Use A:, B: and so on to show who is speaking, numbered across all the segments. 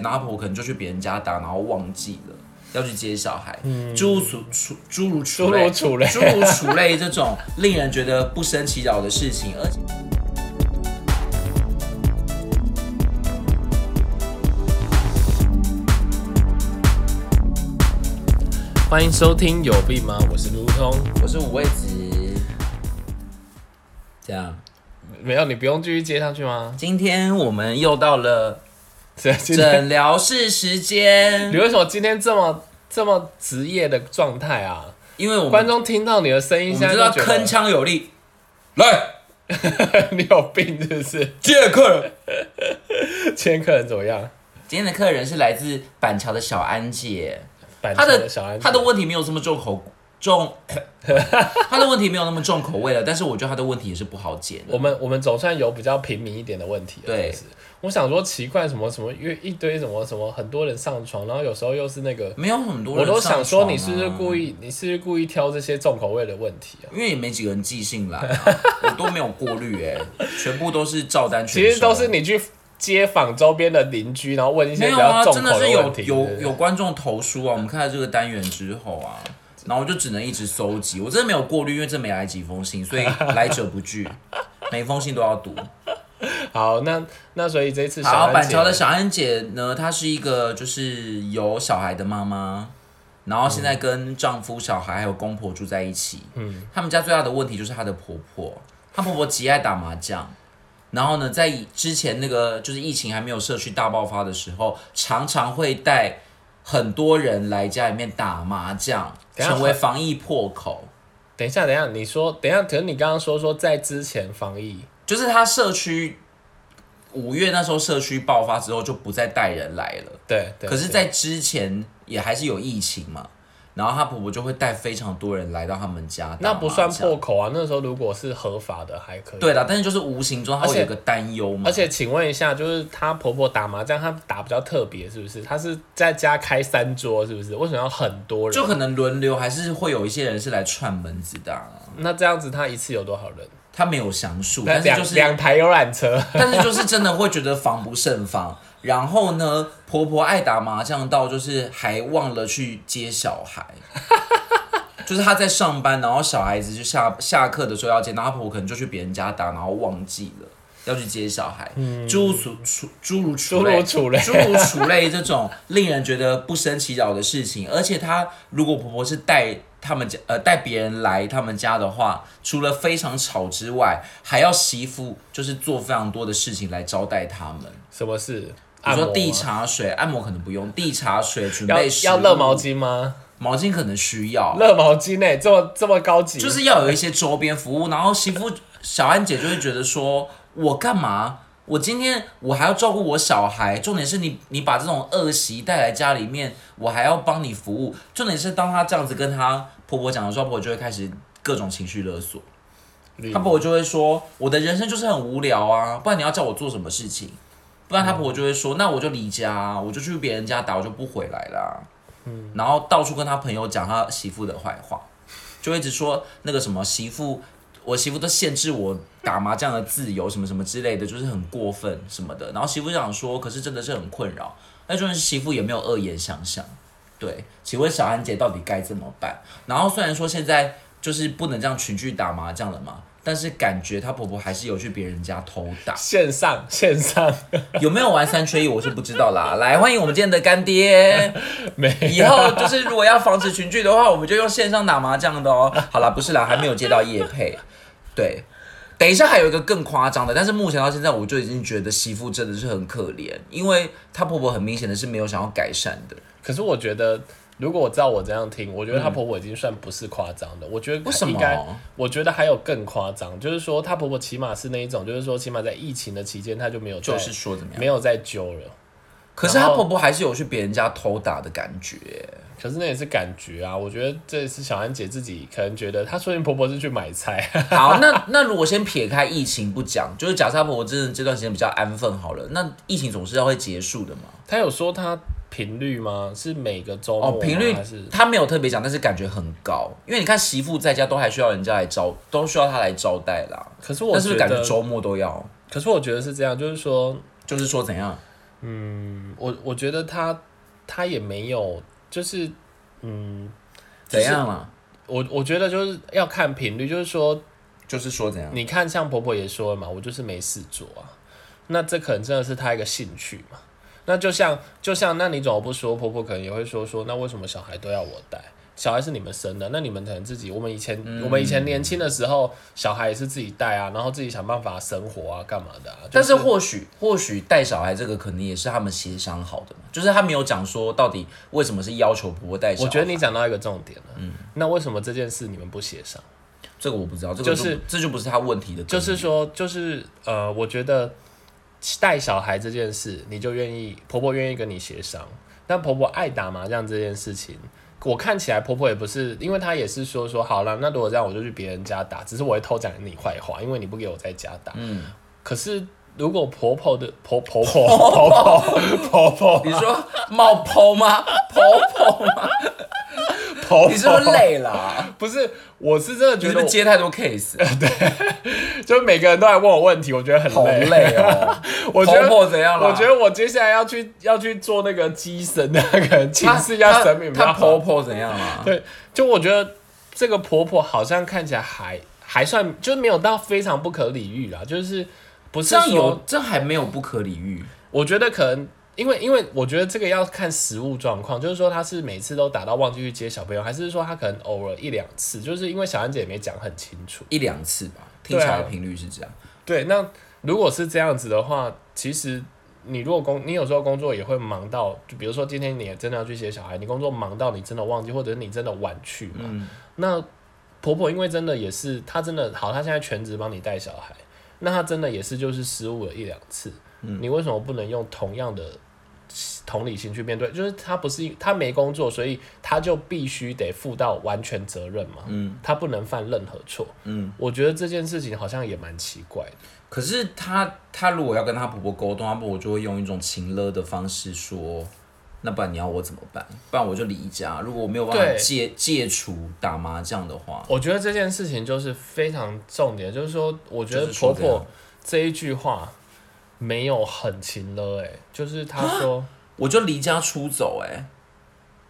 A: 拿婆可能就去别人家打，然后忘记了要去接小孩，诸如此诸诸如
B: 嗯诸
A: 诸
B: 如
A: 类
B: 此类
A: 诸如此类这种令人觉得不生其扰的事情，而且。
B: 欢迎收听有病吗？我是路通。
A: 我是五味子，这样，
B: 没有，你不用继续接上去吗？
A: 今天我们又到了
B: 这今天
A: 诊疗室时间
B: 你，为什么今天这么这么职业的状态啊？
A: 因为我
B: 观
A: 们
B: 众听到你的声音，
A: 我
B: 现
A: 们
B: 在
A: 知
B: 就
A: 道
B: 觉
A: 铿
B: 得
A: 锵有力，来
B: 你有病是不是？
A: 接客人。
B: 今天客人怎么样？
A: 今天的客人是来自板桥的小安姐，
B: 板
A: 她
B: 桥
A: 的
B: 小安，
A: 她的问题没有这么重口重，她的问题没有那么重口味了，但是我觉得她的问题也是不好解
B: 我
A: 的。
B: 们我们总算有比较平民一点的问题了。
A: 对
B: 是不是我想说奇怪，什么什么因为一堆什么什么很多人上床，然后有时候又是那个，
A: 没有很多
B: 我
A: 人、啊
B: 都想说你是不是故，意，你是不是故意挑这些重口味的问题啊？
A: 因为也没几个人寄信来、啊，我都没有过滤哎、全部都是照单全收。啊
B: 其实都是你去街坊周边的邻居，然后问一些
A: 没
B: 比
A: 有
B: 较
A: 啊，
B: 重
A: 真
B: 口
A: 的是
B: 问
A: 有
B: 题。对
A: 有
B: 不对
A: 有观众投书啊，我们看到这个单元之后啊，然后我就只能一直搜集，我真的没有过滤，因为这没来几封信，所以来者不拒，每封信都要读。
B: 好，那那所以这一次小
A: 好，
B: 安
A: 板
B: 姐
A: 桥的小安姐呢，她是一个就是有小孩的妈妈，然后现在跟丈夫、小孩还有公婆住在一起。嗯，他们家最大的问题就是她的婆婆，她婆婆极爱打麻将。然后呢，在以之前那个就是疫情还没有社区大爆发的时候，常常会带很多人来家里面打麻将，
B: 等一下
A: 成为防疫破口。
B: 等一下，等一下，你说等一下，可是你刚刚说说在之前防疫，
A: 就是她社区五月那时候社区爆发之后，就不再带人来了。
B: 对对。
A: 可是，
B: 对
A: 在之前也还是有疫情嘛，然后她婆婆就会带非常多人来到他们家，
B: 那不算破。口啊，那时候如果是合法的还可以。
A: 对啦，但是就是无形中她
B: 而
A: 会
B: 且
A: 有一个担忧嘛。
B: 啊而且，请问一下，就是她婆婆打麻将，她打比较特别，是不是？她是在家开三桌，是不是？为什么要很多人？
A: 就可能轮流，还是会有一些人是来串门子的、啊。
B: 那这样子，她一次有多少人？
A: 她没有详述，
B: 那
A: 但是
B: 两
A: 就是，
B: 两台游览车。
A: 但是就是真的会觉得防不胜防。然后呢，婆婆爱打麻将到就是还忘了去接小孩，就是她在上班，然后小孩子就下下课的时候要接，然后她婆婆可能就去别人家打，然后忘记了要去接小孩，诸如此诸诸如此
B: 嗯诸
A: 类
B: 如此类
A: 诸如此类这种令人觉得不生其扰的事情。而且她如果婆婆是带他们家呃带别人来他们家的话，除了非常吵之外，还要媳妇就是做非常多的事情来招待他们。
B: 什么事？
A: 比如
B: 按摩
A: 说
B: 吗
A: 地茶水，按摩可能不用，地茶水准
B: 要
A: 备食物
B: 要热毛，巾吗？
A: 毛巾可能需要，
B: 热毛巾呢、这么这么高级，
A: 就是要有一些周边服务。然后媳妇小安姐就会觉得说，我干嘛？我今天我还要照顾我小孩，重点是你你把这种恶习带来家里面，我还要帮你服务。重点是当她这样子跟她婆婆讲的时候，婆婆就会开始各种情绪勒索。她婆婆就会说，我的人生就是很无聊啊，不然你要叫我做什么事情？不然她婆婆就会说，那我就离家啊，我就去别人家打，我就不回来啦。嗯，然后到处跟她朋友讲她媳妇的坏话，就一直说那个什么媳妇，我媳妇都限制我打麻将的自由，什么什么之类的，就是很过分什么的。然后媳妇就想说，可是真的是很困扰，哎那就是媳妇也没有恶言相向。对，请问小安姐到底该怎么办？然后虽然说现在就是不能这样群聚打麻将了嘛，但是感觉她婆婆还是有去别人家偷打，
B: 线上线上
A: 有没有玩三缺一我是不知道啦。来，欢迎我们今天的干爹。
B: 没
A: 以后就是如果要防止群聚的话，我们就用线上打麻将的哦。 好啦，不是啦，还没有接到叶配。对，等一下还有一个更夸张的，但是目前到现在我就已经觉得媳妇真的是很可怜，因为她婆婆很明显的是没有想要改善的。
B: 可是我觉得，如果我照我这样听，我觉得她婆婆已经算不是夸张的。我觉得
A: 嗯为什么
B: 应该，我觉得还有更夸张，就是说她婆婆起码是那一种，就是说起码在疫情的期间，她就没有再
A: 就是说怎么样？
B: 没有再揪了。
A: 可是她
B: 然后
A: 婆婆还是有去别人家偷打的感觉。
B: 可是那也是感觉啊，我觉得这也是小安姐自己可能觉得，她说明婆婆是去买菜，
A: 好，那那如果先撇开疫情不讲，就是假设她婆婆真的这段时间比较安分好了，那疫情总是要会结束的嘛。
B: 她有说她频率吗？是每个周末
A: 哦，
B: 吗
A: 频率
B: 还是
A: 他没有特别讲，但是感觉很高，因为你看媳妇在家都还需要人家来招，都需要她来招待啦。
B: 可是
A: 但
B: 我
A: 是
B: 觉
A: 不是
B: 得
A: 感觉周末都要？
B: 可是我觉得是这样，就是说，
A: 就是说怎样？
B: 我我觉得他他也没有，就是嗯，
A: 怎样啊啦？
B: 我我觉得就是要看频率，就是说，
A: 就是说怎样？
B: 你看像婆婆也说了嘛，我就是没事做啊，那这可能真的是她一个兴趣嘛。那就像就像那你怎么不说？婆婆可能也会说说，那为什么小孩都要我带？小孩是你们生的，那你们可能自己，我们以前、
A: 嗯
B: 我们以前年轻的时候，小孩也是自己带啊，然后自己想办法生活啊，干嘛的啊？
A: 但是或许或许带小孩这个可能也是他们协商好的嘛，就是他没有讲说到底为什么是嗯要求婆婆带小孩。
B: 我觉得你讲到一个重点了，那为什么这件事你们不协商？
A: 这个我不知道，这个
B: 就是
A: 这就不是他问题的根源，
B: 就是说，就是呃，我觉得带小孩这件事，你就愿意婆婆愿意跟你协商，但婆婆爱打麻将这件事情。我看起来婆婆也不是，因为她也是说说好了，那如果这样我就去别人家打，只是我会偷讲你坏话，因为你不给我在家打。嗯，可是如果婆婆的婆婆婆婆婆婆婆
A: 你说冒泡吗？婆婆吗？
B: 婆
A: 你是不是
B: 婆，
A: 累了 啊？
B: 不是，我是真的
A: 你
B: 觉
A: 是
B: 得
A: 不是
B: 我，
A: 接太多 case？
B: 就是每个人都来问我问题，我觉得很
A: 好累 哦。
B: 我觉得
A: 婆婆怎样啦
B: 我觉得我接下来要去要去做那个鸡神啊的那个请示一下神明比
A: 她
B: 较
A: 她
B: 好
A: 婆。婆怎样啊？
B: 对，就我觉得这个婆婆好像看起来还还算，就是没有到非常不可理喻啦，就是不是
A: 这样
B: 说
A: 有，这还没有不可理喻。
B: 我觉得可能。因为，因为我觉得这个要看实物状况，就是说她是每次都打到忘记去接小朋友，还是说她可能偶尔一两次，就是因为小安姐也没讲很清楚。
A: 一两次吧，听
B: 对啊
A: 起来的频率是这样。
B: 对，那如果是这样子的话，其实你如果工，你有时候工作也会忙到，就比如说今天你也真的要去接小孩，你工作忙到你真的忘记，或者是你真的晚去嘛。那婆婆因为真的也是，她真的好，她现在全职帮你带小孩，那她真的也是就是失误了一两次，你为什么不能用同样的？同理心去面对，就是她不是她没工作，所以她就必须得负到完全责任嘛。嗯，她不能犯任何错。嗯，我觉得这件事情好像也蛮奇怪的。
A: 可是她她如果要跟她婆婆沟通，她婆婆就会用一种情勒的方式说，那不然你要我怎么办？不然我就离家。如果我没有办法
B: 对
A: 戒戒除打麻将的话，
B: 我觉得这件事情就是非常重点，就是说，我觉得
A: 就是
B: 婆
A: 说这
B: 婆
A: 样
B: 这一句话没有很勤了，哎，就是她说，
A: 我就离家出走、欸。哎，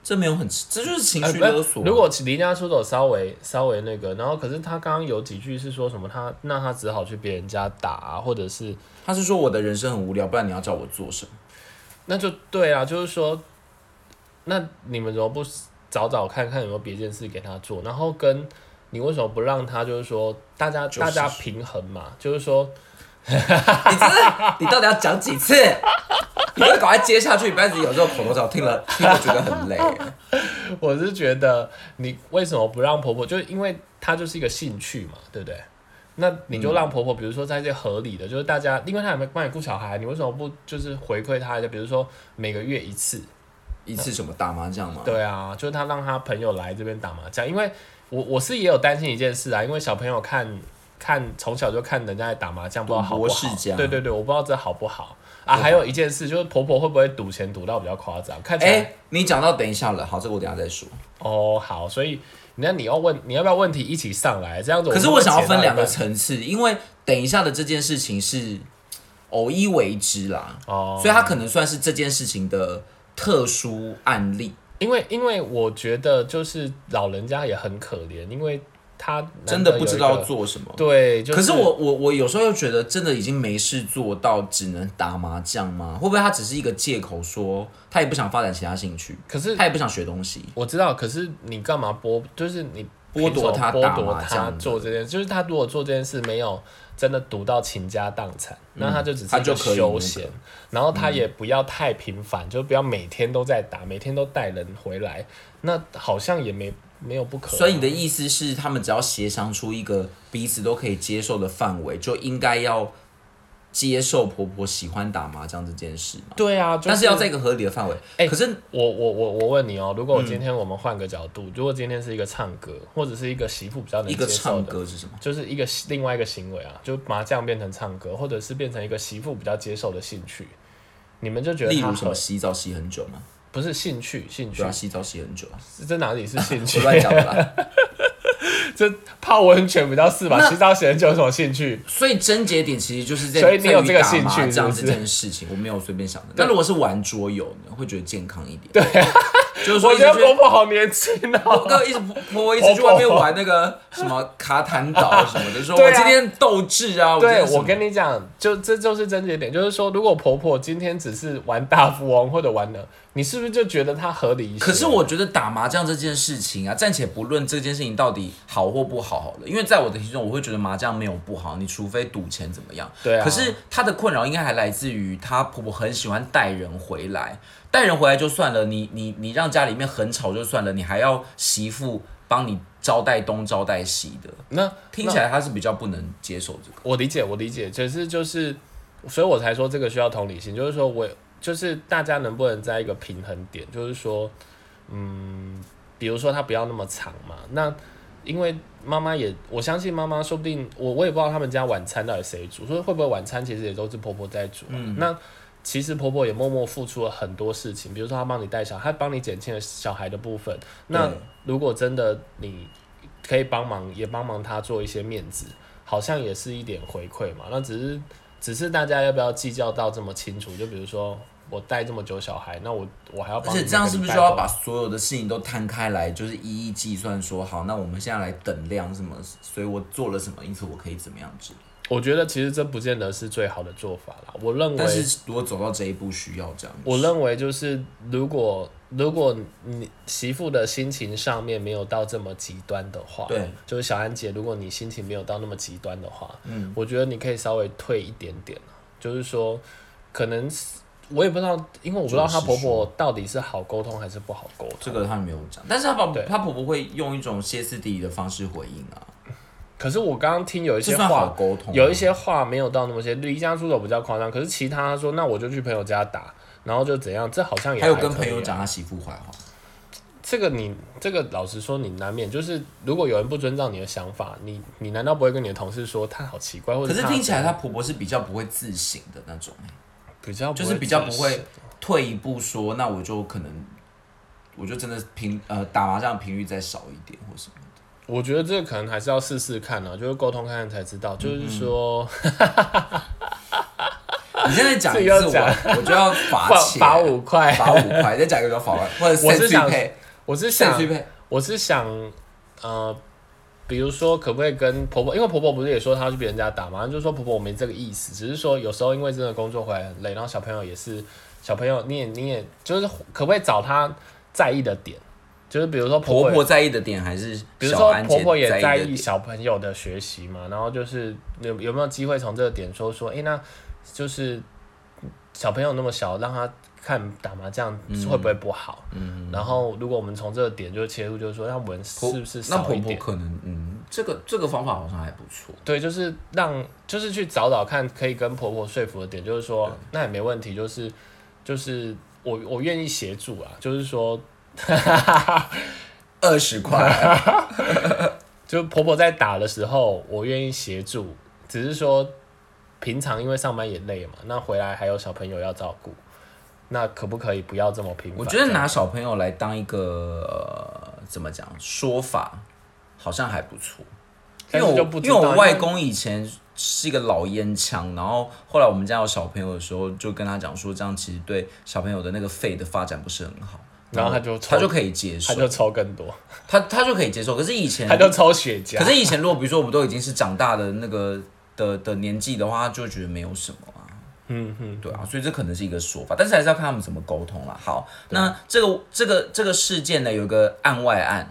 A: 这没有很，这就是情绪
B: 呃
A: 勒索。
B: 如果离家出走稍微稍微那个，然后可是她刚刚有几句是说什么，她那她只好去别人家打、啊，或者是
A: 他是说我的人生很无聊，不然你要叫我做什么？
B: 那就对啊，就是说，那你们怎么不找找看看有没有别件事给他做？然后跟你为什么不让他就是说大家、
A: 就是
B: 大家平衡嘛？就是说，
A: 你真的，你到底要讲几次？ 你会赶快接下去，不然自己有时候口头禅听了听了觉得很累、欸
B: 我是觉得你为什么不让婆婆？就是因为她就是一个兴趣嘛，对不对？那你
A: 嗯
B: 就让婆婆，比如说在这合理的，就是大家，因为她也没帮你顾小孩，你为什么不就是回馈她一下？比如说每个月一次，
A: 一次什么打麻将吗？
B: 对啊，就是她让她朋友来这边打麻将，因为我我是也有担心一件事啊，因为小朋友看看从小就看人家在打麻将，不知道好不
A: 赌博世
B: 好
A: 家。
B: 对对对，我不知道这好不好啊。还有一件事就是婆婆会不会赌钱赌到比较夸张？看起
A: 哎、
B: 来、
A: 你讲到等一下了，好，这个我等一下再说。
B: 哦，好，所以那你要问，你要不要问题一起上来？这样子，
A: 可是我想要分两个。层次，因为等一下的这件事情是偶一为之啦，
B: 哦，
A: 所以它可能算是这件事情的特殊案例。
B: 因为因为我觉得就是老人家也很可怜，因为他
A: 真
B: 难
A: 的
B: 得
A: 不知
B: 有一
A: 道
B: 个
A: 要做什么，
B: 对，就
A: 可是我我我有时候又觉得，真的已经没事做到只能打麻将吗？会不会他只是一个借口说他也不想发展其他兴趣，
B: 可是
A: 他也不想学东西？
B: 我知道，可是你干嘛剥？就是你
A: 剥夺他
B: 凭什么
A: 打
B: 剥夺
A: 麻
B: 他
A: 将的
B: 做这件事，就是他如果做这件事没有真的赌到倾家荡产，那他就只是
A: 嗯他
B: 一
A: 就
B: 个
A: 可以
B: 休
A: 那
B: 闲
A: 个，嗯
B: 然后他也不要太频繁，就不要每天都在打，每天都带人回来，那好像也没没有不可啊。
A: 所以你的意思是，他们只要协商出一个彼此都可以接受的范围，就应该要接受婆婆喜欢打麻将这件事嘛？
B: 对啊，就
A: 但是要在一个合理的范围。
B: 哎
A: 可是
B: 我我我我问你哦，如
A: 嗯
B: 果今天我们换个角度，如果今天是一个唱歌，或者是一个媳妇比较能
A: 一个
B: 接受
A: 唱
B: 的，
A: 歌是什么？
B: 就是一个另外一个行为啊，就麻将变成唱歌，或者是变成一个媳妇比较接受的兴趣，你们就觉得
A: 例
B: 它
A: 如什
B: 合
A: 么洗澡洗很久吗？
B: 不是兴趣，兴趣
A: 对啊，洗澡洗很久啊，
B: 这哪里是兴趣
A: 我？乱讲的啦。
B: 这泡温泉比较是吧？
A: 那
B: 洗澡洗很久有什么兴趣？
A: 所以症结点其实就是在
B: 所以你有
A: 在于
B: 这个
A: 打
B: 兴
A: 麻
B: 趣是不
A: 将这
B: 是
A: 件事情，我没有随便想的。啊那如果是玩桌游呢，会觉得健康一点。
B: 对，
A: 就是说
B: 我
A: 一直
B: 觉得婆
A: 去，
B: 婆好年轻
A: 我
B: 哦。
A: 刚一直我我一直去外面玩那个什么卡坦岛什么的，说
B: 对
A: 我
B: 啊
A: 今天斗志啊，
B: 对，我
A: 我
B: 跟你讲，就这就是症结点，就是说，如果婆婆今天只是玩大富翁或者玩了，你是不是就觉得她合理一些？
A: 可是我觉得打麻将这件事情啊，暂且不论这件事情到底好或不好好了，因为在我的心中，我会觉得麻将没有不好，你除非赌钱怎么样。
B: 对啊
A: 可是她的困扰应该还来自于她婆婆很喜欢带人回来，带人回来就算了，你你你让家里面很吵就算了，你还要媳妇帮你招待东招待西的，
B: 那
A: 听起来她是比较不能接受这个。
B: 我理解，我理解，只是就是，所以我才说这个需要同理心，就是说我就是大家能不能在一个平衡点，就是说，嗯，比如说他不要那么长嘛，那因为妈妈也，我相信妈妈说不定我我也不知道他们家晚餐到底谁煮，所以会不会晚餐其实也都是婆婆在煮啊、
A: 嗯
B: 那其实婆婆也默默付出了很多事情，比如说她帮你带小孩，她帮你减轻了小孩的部分。那
A: 对
B: 如果真的你可以帮忙，也帮忙她做一些面子，好像也是一点回馈嘛。那只是只是大家要不要计较到这么清楚？就比如说我带这么久小孩，那我我还要
A: 而
B: 帮你
A: 且
B: 每个礼拜都，
A: 这样是不是就要把所有的事情都摊开来，就是一一计算说好，那我们现在来等量什么，所以我做了什么，因此我可以怎么样之类的。
B: 我觉得其实这不见得是最好的做法啦。我认为，
A: 但是如果走到这一步，需要这样子。
B: 我认为就是如果如果你媳妇的心情上面没有到这么极端的话，
A: 对，
B: 就是小安姐，如果你心情没有到那么极端的话，嗯，我觉得你可以稍微退一点点啊就是说，可能是我也不知道，因为我不知道她
A: 就是
B: 婆
A: 说
B: 婆到底是好沟通还是不好沟通。
A: 这个他没有讲，但是他婆
B: 对
A: 他婆婆会用一种歇斯底里的方式回应啊，
B: 可是我刚刚听有一
A: 这
B: 些
A: 算好
B: 话，
A: 沟通吗。
B: 有一些话没有到那么些，离家出走比较夸张，可是其他说那我就去朋友家打，然后就怎样，这好像也
A: 还有
B: 还
A: 跟
B: 可
A: 朋
B: 以
A: 友
B: 啊
A: 讲他媳妇坏话，
B: 这个你这个老实说，你难免就是，如果有人不尊重你的想法，你你难道不会跟你的同事说他好奇怪，或
A: 可
B: 者
A: 是
B: 他
A: 听起来她婆婆是比较不会自省的那种，欸
B: 比较
A: 就是比较不
B: 自
A: 会
B: 私
A: 退一步说，那我就可能我就真的频呃打麻将频率再少一点或什么。
B: 我觉得这个可能还是要试试看啊，就是沟通看看才知道。就是说，
A: 嗯你现在讲
B: 自
A: 一
B: 己
A: 次
B: 要讲
A: 我，我就要罚
B: 罚
A: 钱，
B: 罚五块
A: 罚五块，再讲一个叫罚万，或者
B: 我
A: 三
B: 是
A: 岁
B: 想
A: 配，
B: 我是
A: 三
B: 想
A: 岁，配，
B: 我是想，呃，比如说可不可以跟婆婆，因为婆婆不是也说她要去别人家打嘛，就说婆婆我没这个意思，只是说有时候因为真的工作回来很累，然后小朋友也是，小朋友你也你也就是可不可以找她在意的点，就是比如说婆
A: 婆
B: 婆
A: 婆在意的点还是
B: 比如
A: 小
B: 说
A: 安
B: 婆
A: 姐
B: 婆也在
A: 在
B: 意
A: 的点。
B: 小朋友的学习嘛，然后就是有有没有机会从这个点说说，诶，那就是小朋友那么小，让他看打麻将会不会不好？嗯，然后如果我们从这个点就切入，就是说让我们是
A: 婆
B: 不是
A: 那
B: 少
A: 婆
B: 一
A: 婆
B: 点？
A: 可能嗯，这个这个方法好像还不错。
B: 对，就是让就是去找找看，可以跟婆婆说服的点，就是说那也没问题，就是就是我我愿意协助啊，就是说
A: 二十 块，
B: 就婆婆在打的时候，我愿意协助，只是说平常因为上班也累嘛，那回来还有小朋友要照顾，那可不可以不要这么频繁？
A: 我觉得拿小朋友来当一个、呃怎么讲说法，好像还不错。因
B: 但
A: 为
B: 是
A: 我
B: 就不知
A: 因为
B: 道
A: 我外公以前是一个老烟枪，然后后来我们家有小朋友的时候，就跟他讲说，这样其实对小朋友的那个肺的发展不是很好。
B: 然后他就
A: 嗯
B: 抽
A: 他就可以接
B: 他
A: 受，
B: 就抽更多，
A: 他他就可以接受。可是以前，
B: 他就抽雪
A: 可
B: 茄。
A: 是以前，如果比如说我们都已经是长大的那个的的年纪的话，他就觉得没有什么啊。
B: 嗯嗯，
A: 对啊，所以这可能是一个说法，但是还是要看他们怎么沟通啦。好，那这个这个这个事件呢，有一个案外案，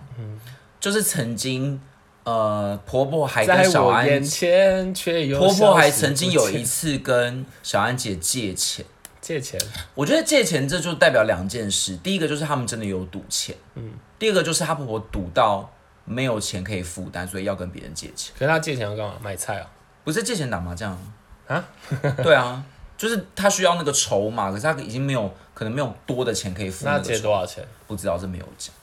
A: 就是曾经呃婆婆还跟
B: 在
A: 小
B: 我
A: 安
B: 眼前却有
A: 婆婆还
B: 消失
A: 曾经有
B: 不见
A: 一次跟小安姐借钱，
B: 借钱，
A: 我觉得借钱这就代表两件事，第一个就是他们真的有赌钱，嗯，第二个就是她婆婆赌到没有钱可以负担，所以要跟别人借钱，
B: 可是他借钱要干嘛？买菜啊？
A: 不是借钱打麻将
B: 啊？
A: 对啊，就是她需要那个筹码，可是她已经没有可能没有多的钱可以付
B: 那
A: 那
B: 他
A: 个
B: 借
A: 筹，
B: 多少钱？
A: 不知道这没有讲，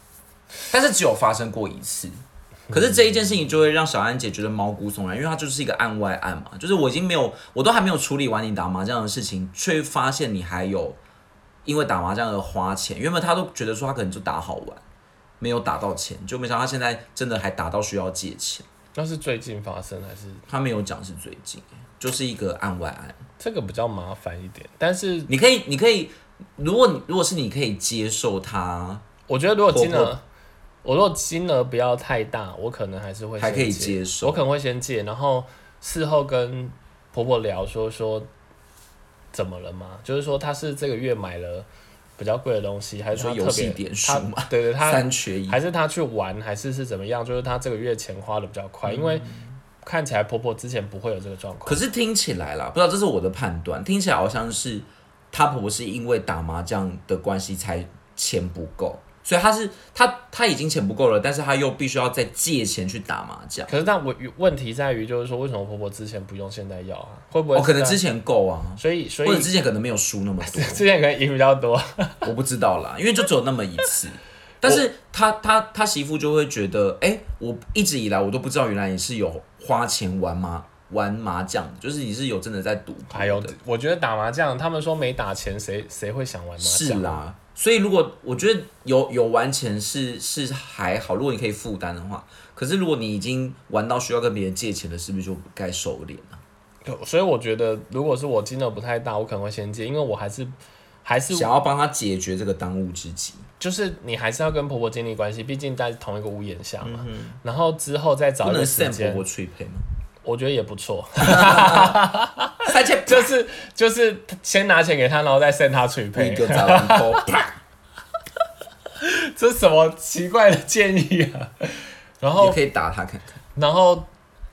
A: 但是只有发生过一次。可是这一件事情就会让小安姐觉得毛骨悚然，因为她就是一个案外案嘛，就是我已经没有，我都还没有处理完你打麻将的事情，却发现你还有因为打麻将而花钱。原本她都觉得说她可能就打好玩，没有打到钱，就没想到他现在真的还打到需要借钱。
B: 那是最近发生还是
A: 他没有讲是最近，就是一个案外案。
B: 这个比较麻烦一点？但是
A: 你可以，你可以，如果你如果是你可以接受他，
B: 我觉得如果金
A: 婆
B: 额，我如果金额不要太大，我可能还是会
A: 还
B: 先
A: 可以接受
B: 我可能会先借，然后事后跟婆婆聊说说怎么了嘛，就是说她是这个月买了比较贵的东西，还是
A: 你说
B: 说她
A: 游
B: 特
A: 戏
B: 别
A: 点数
B: 她
A: 嘛
B: 对对，她
A: 三缺一，
B: 还是她去玩，还是是怎么样？就是她这个月钱花的比较快，因为
A: 嗯
B: 看起来婆婆之前不会有这个状况。
A: 可是听起来啦，不知道这是我的判断，听起来好像是她婆婆是因为打麻将的关系才钱不够，所以她是她她已经钱不够了，但是她又必须要再借钱去打麻将。
B: 可是，但我问题在于，就是说，为什么婆婆之前不用，现在要啊？会不会
A: 哦，
B: 是
A: 可能
B: 在
A: 之前够啊，
B: 所以所以
A: 或者之前可能没有输那么多，
B: 之前可能赢比较多，
A: 我不知道啦，因为就只有那么一次。但是他他他媳妇就会觉得，哎、我一直以来我都不知道，原来你是有花钱玩麻玩麻将，就是你是有真的在赌博
B: 还有
A: 的，，
B: 我觉得打麻将，他们说没打钱，谁谁会想玩麻
A: 是
B: 将？啊
A: 啦。所以如果我觉得有有玩钱是是还好，如果你可以负担的话，可是如果你已经玩到需要跟别人借钱了，是不是就该收敛啊了、
B: 可所以我觉得，如果是我金额不太大，我可能会先借，因为我还是还是
A: 想要帮他解决这个当务之急，
B: 就是你还是要跟婆婆建立关系，毕竟在同一个屋檐下嘛。然后之后再
A: 嗯
B: 找
A: 不
B: 一
A: 能
B: 个时
A: Sam 婆
B: 间，
A: 婆催配吗？
B: 我觉得也不错， 哎
A: 三千
B: 就是就是先拿钱给他，然后再 send 他去
A: 一
B: 配。
A: 个砸烂头， 啪
B: 这是什么奇怪的建议啊？然后
A: 也可以打他看看。
B: 然后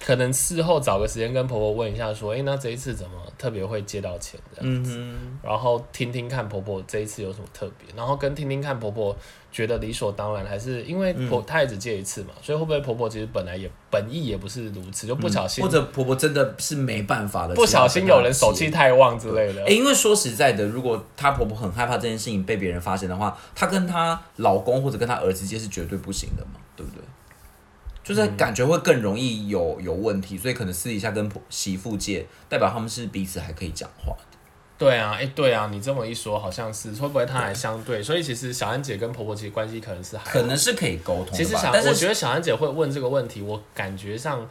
B: 可能事后找个时间跟婆婆问一下，说，哎、那这一次怎么特别会借到钱这样子？然后听听看婆婆这一次有什么特别，然后跟听听看婆婆觉得理所当然，还是因为婆、她也只借一次嘛，所以会不会婆婆其实本来也本意也不是如此，就不小心、
A: 或者婆婆真的是没办法的，
B: 不小心有人手气
A: 太。
B: 太旺之类的
A: 哎、。因为说实在的，如果她婆婆很害怕这件事情被别人发现的话，她跟她老公或者跟她儿子间是绝对不行的嘛，对不对？就是
B: 嗯
A: 感觉会更容易有有问题，所以可能私底下跟婆媳妇借，代表他们是彼此还可以讲话的。
B: 对啊，哎、对啊，你这么一说好像是，会不会她还相对？所以其实小安姐跟婆婆其实关系可能是还好
A: 可能是可以沟通的吧，
B: 其实小，
A: 但
B: 我
A: 是
B: 觉得小安姐会问这个问题，我感觉上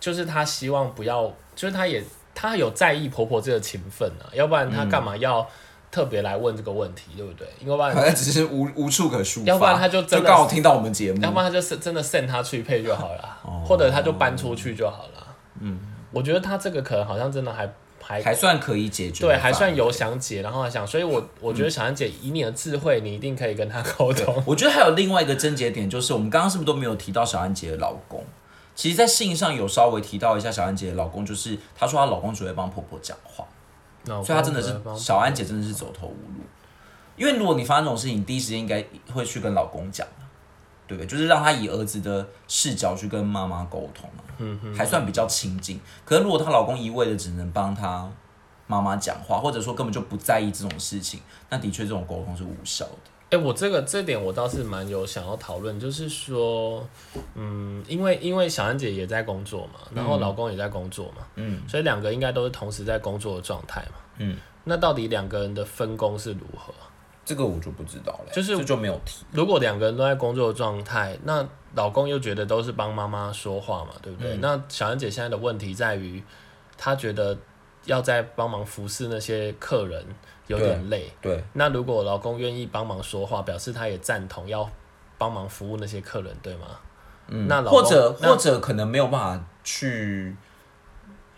B: 就是她希望不要，就是她也她有在意婆婆这个情分啊，要不然她干嘛要特别来问这个问题，对不对？因为不然
A: 可能只是无无处可抒发，
B: 要不然她就真的
A: 就刚好听到我们节目
B: 要，不然她就是真的 send 她去配就好了，
A: 哦
B: 或者她就搬出去就好了。嗯，我觉得她这个可能好像真的还还
A: 还算可以解决的范
B: 对，
A: 围，嗯
B: 还算有想解，然后还想，所以我我觉得小安姐以你的智慧，你一定可以跟她沟通。
A: 我觉得还有另外一个症结点，就是我们刚刚是不是都没有提到小安姐的老公？其实，在信上有稍微提到一下小安姐的老公，就是她说她老公只会帮婆婆讲话，
B: 那我
A: 所以她真的是
B: 帮她
A: 小安姐真的是走投无路。因为如果你发生这种事情，第一时间应该会去跟老公讲啊，对不对？就是让她以儿子的视角去跟妈妈沟通啊，还算比较亲近。可是如果她老公一味的只能帮她妈妈讲话，或者说根本就不在意这种事情，那的确这种沟通是无效的。
B: 哎、我这个这点我倒是蛮有想要讨论，就是说，嗯，因为因为小安姐也在工作嘛，然后老公也在工作嘛，
A: 嗯，
B: 所以两个应该都是同时在工作的状态嘛，
A: 嗯，
B: 那到底两个人的分工是如何？
A: 这个我就不知道了，
B: 就是
A: 这就没有提。
B: 如果两个人都在工作的状态，那老公又觉得都是帮妈妈说话嘛，对不
A: 嗯
B: 对？那小安姐现在的问题在于，她觉得要在帮忙服侍那些客人有点累，
A: 对，
B: 那如果老公愿意帮忙说话，表示他也赞同要帮忙服务那些客人，对吗？嗯，那老公
A: 或者
B: 那
A: 或者可能没有办法去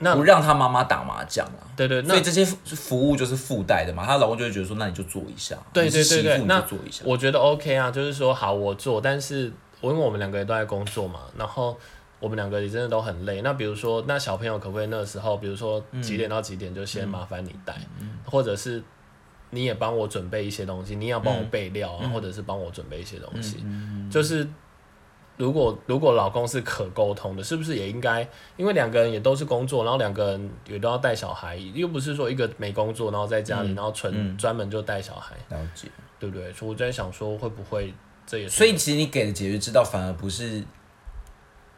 B: 那
A: 不让她妈妈打麻将啊。
B: 对对，
A: 所以
B: 那
A: 这些服服务就是附带的嘛，她老公就会觉得说，那你就做一下，
B: 对对
A: 你是媳
B: 对对
A: 妇你
B: 那
A: 就做一下，
B: 我觉得 OK 啊，就是说好我做，但是我因为我们两个人都在工作嘛，然后我们两个也真的都很累。那比如说，那小朋友可不可以那个时候，比如说几点到几点就先麻烦你带，或者是你也帮我准备一些东西，你也要帮我备料啊，或者是帮我准备一些东西，就是。如果如果老公是可沟通的，是不是也应该？因为两个人也都是工作，然后两个人也都要带小孩，又不是说一个没工作，然后在家里，然后纯专门就带小孩。
A: 了解。
B: 对不对？所以我在想说，会不会这也是
A: 所以其实你给的解决之道，反而不是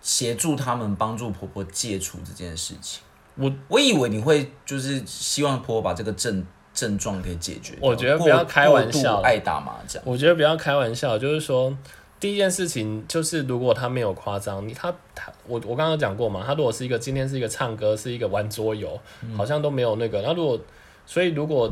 A: 协助他们帮助婆婆戒除这件事情。
B: 我
A: 我以为你会就是希望婆婆把这个症症状给解决掉，
B: 我觉得不
A: 过
B: 要开玩
A: 过度
B: 笑啦
A: 爱打麻将。
B: 我觉得不要开玩笑，就是说第一件事情就是，如果他没有夸张，你他他我我刚刚讲过嘛，他如果是一个今天是一个唱歌，是一个玩桌游，好像都没有那个。那如果所以如果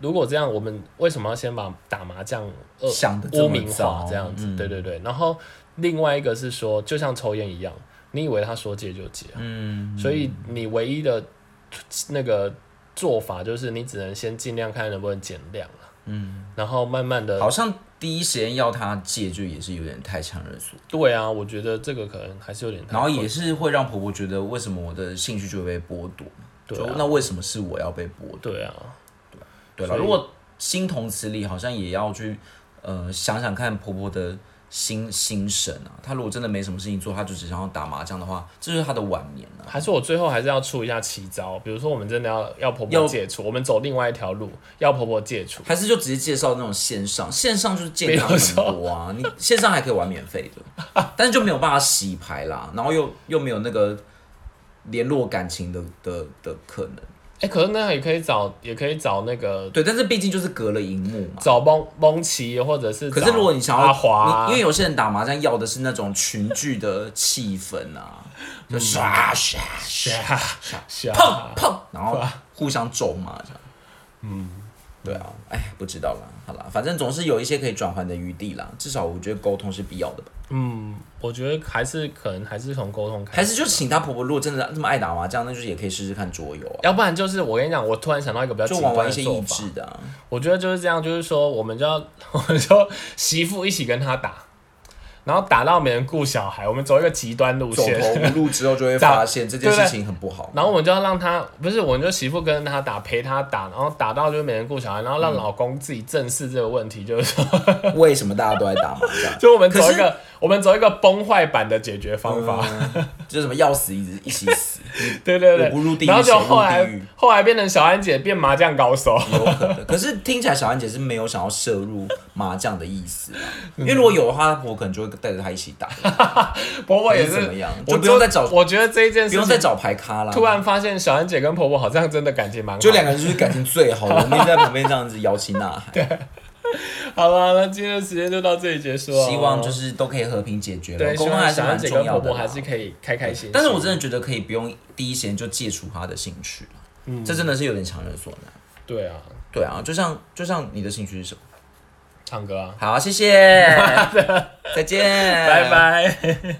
B: 如果这样，我们为什么要先把打麻将呃
A: 想得这么
B: 污名化
A: 糟
B: 这样子？
A: 嗯
B: 对对对。然后另外一个是说，就像抽烟一样，你以为他说戒就戒，
A: 嗯，
B: 所以你唯一的那个做法就是你只能先尽量看能不能减量嗯，然后慢慢的
A: 好像第一时间要他戒，就也是有点太强人所难，
B: 对啊，我觉得这个可能还是有点太
A: 然后也是会让婆婆觉得为什么我的兴趣就会被剥夺，
B: 对
A: 就
B: 啊
A: 那为什么是我要被剥夺？
B: 对啊，
A: 对了，
B: 所以
A: 如果心同此理，好像也要去呃想想看婆婆的心心神啊。她如果真的没什么事情做，她就只想要打麻将的话，这就是她的晚年啊。
B: 还是我最后还是要出一下奇招，比如说我们真的要要婆
A: 要
B: 婆戒除，我们走另外一条路，要婆婆戒除。
A: 还是就直接介绍那种线上，线上就是健康
B: 没
A: 很
B: 有
A: 多啊，你线上还可以玩免费 的，但是就没有办法洗牌啦，然后又又没有那个联络感情的的的可能，
B: 哎、可是那也可以找，也可以找那个
A: 对，但是毕竟就是隔了荧幕嘛。
B: 找蒙蒙奇，或者是
A: 可是
B: 找
A: 如果你想
B: 阿
A: 要，
B: 华啊、
A: 你因为有些人打麻将要的是那种群聚的气氛 啊，
B: 嗯
A: 就刷刷刷
B: 是
A: 碰
B: 啊，
A: 碰，然后互相咒骂这样。嗯，对啊，哎，不知道啦，好啦，反正总是有一些可以转换的余地啦，至少我觉得沟通是必要的吧。
B: 嗯，我觉得还是可能还是从沟通开始，
A: 还是就请她婆婆，如果真的这么爱打麻将，那就是也可以试试看桌游啊，
B: 要不然就是我跟你讲，我突然想到一个比较
A: 就
B: 极
A: 玩玩
B: 端的
A: 一些
B: 做
A: 益
B: 法，
A: 智的、啊。
B: 我觉得就是这样，就是说我们就要 我们就媳妇一起跟他打，然后打到没人顾小孩，我们走一个极端路
A: 走
B: 线，
A: 投无路之后，就会发现这件事情很不好。
B: 然后我们就要让他不是，我们就媳妇跟他打，陪他打，然后打到就是没人顾小孩，然后让老公自己正视这个问题，就是说，
A: 为什么大家都在打麻将？
B: 就我们走
A: 嗯可
B: 一
A: 是
B: 个我们走一个崩坏版的解决方法，
A: 就是什么要死一直一起死，
B: 对对对
A: 我不入地，狱
B: 然后就
A: 谁入
B: 后来
A: 地狱
B: 后来变成小安姐变麻将高手，
A: 有可能。可是听起来小安姐是没有想要涉入麻将的意思啊，因
B: 嗯
A: 为如果有的话，她婆婆可能就会带着她一起 打，
B: 婆婆也
A: 还
B: 是
A: 是怎么样
B: 我
A: 就不用
B: 就
A: 再找
B: 我觉得这一件
A: 不
B: 事
A: 用再
B: 情，
A: 找牌咖啦。
B: 突然发现小安姐跟婆婆好像真的感情蛮好的，
A: 就两个人就是感情最好的，我们一直在旁边这样 子摇旗呐喊。
B: 好了，那今天的时间就到这里结束了。
A: 希望就是都可以和平解决了，
B: 对，
A: 沟
B: 希
A: 通还
B: 望
A: 是
B: 小
A: 蛮
B: 安姐
A: 重
B: 跟
A: 要
B: 婆
A: 的
B: 婆
A: 啦
B: 还。是可以开开心心。
A: 但是我真的觉得可以不用第一时间就戒除他的兴趣了，
B: 嗯
A: 这真的是有点强人所难。
B: 对啊，
A: 对啊，就像就像你的兴趣是什么？
B: 唱歌啊，
A: 好，谢谢，再见，
B: 拜。拜。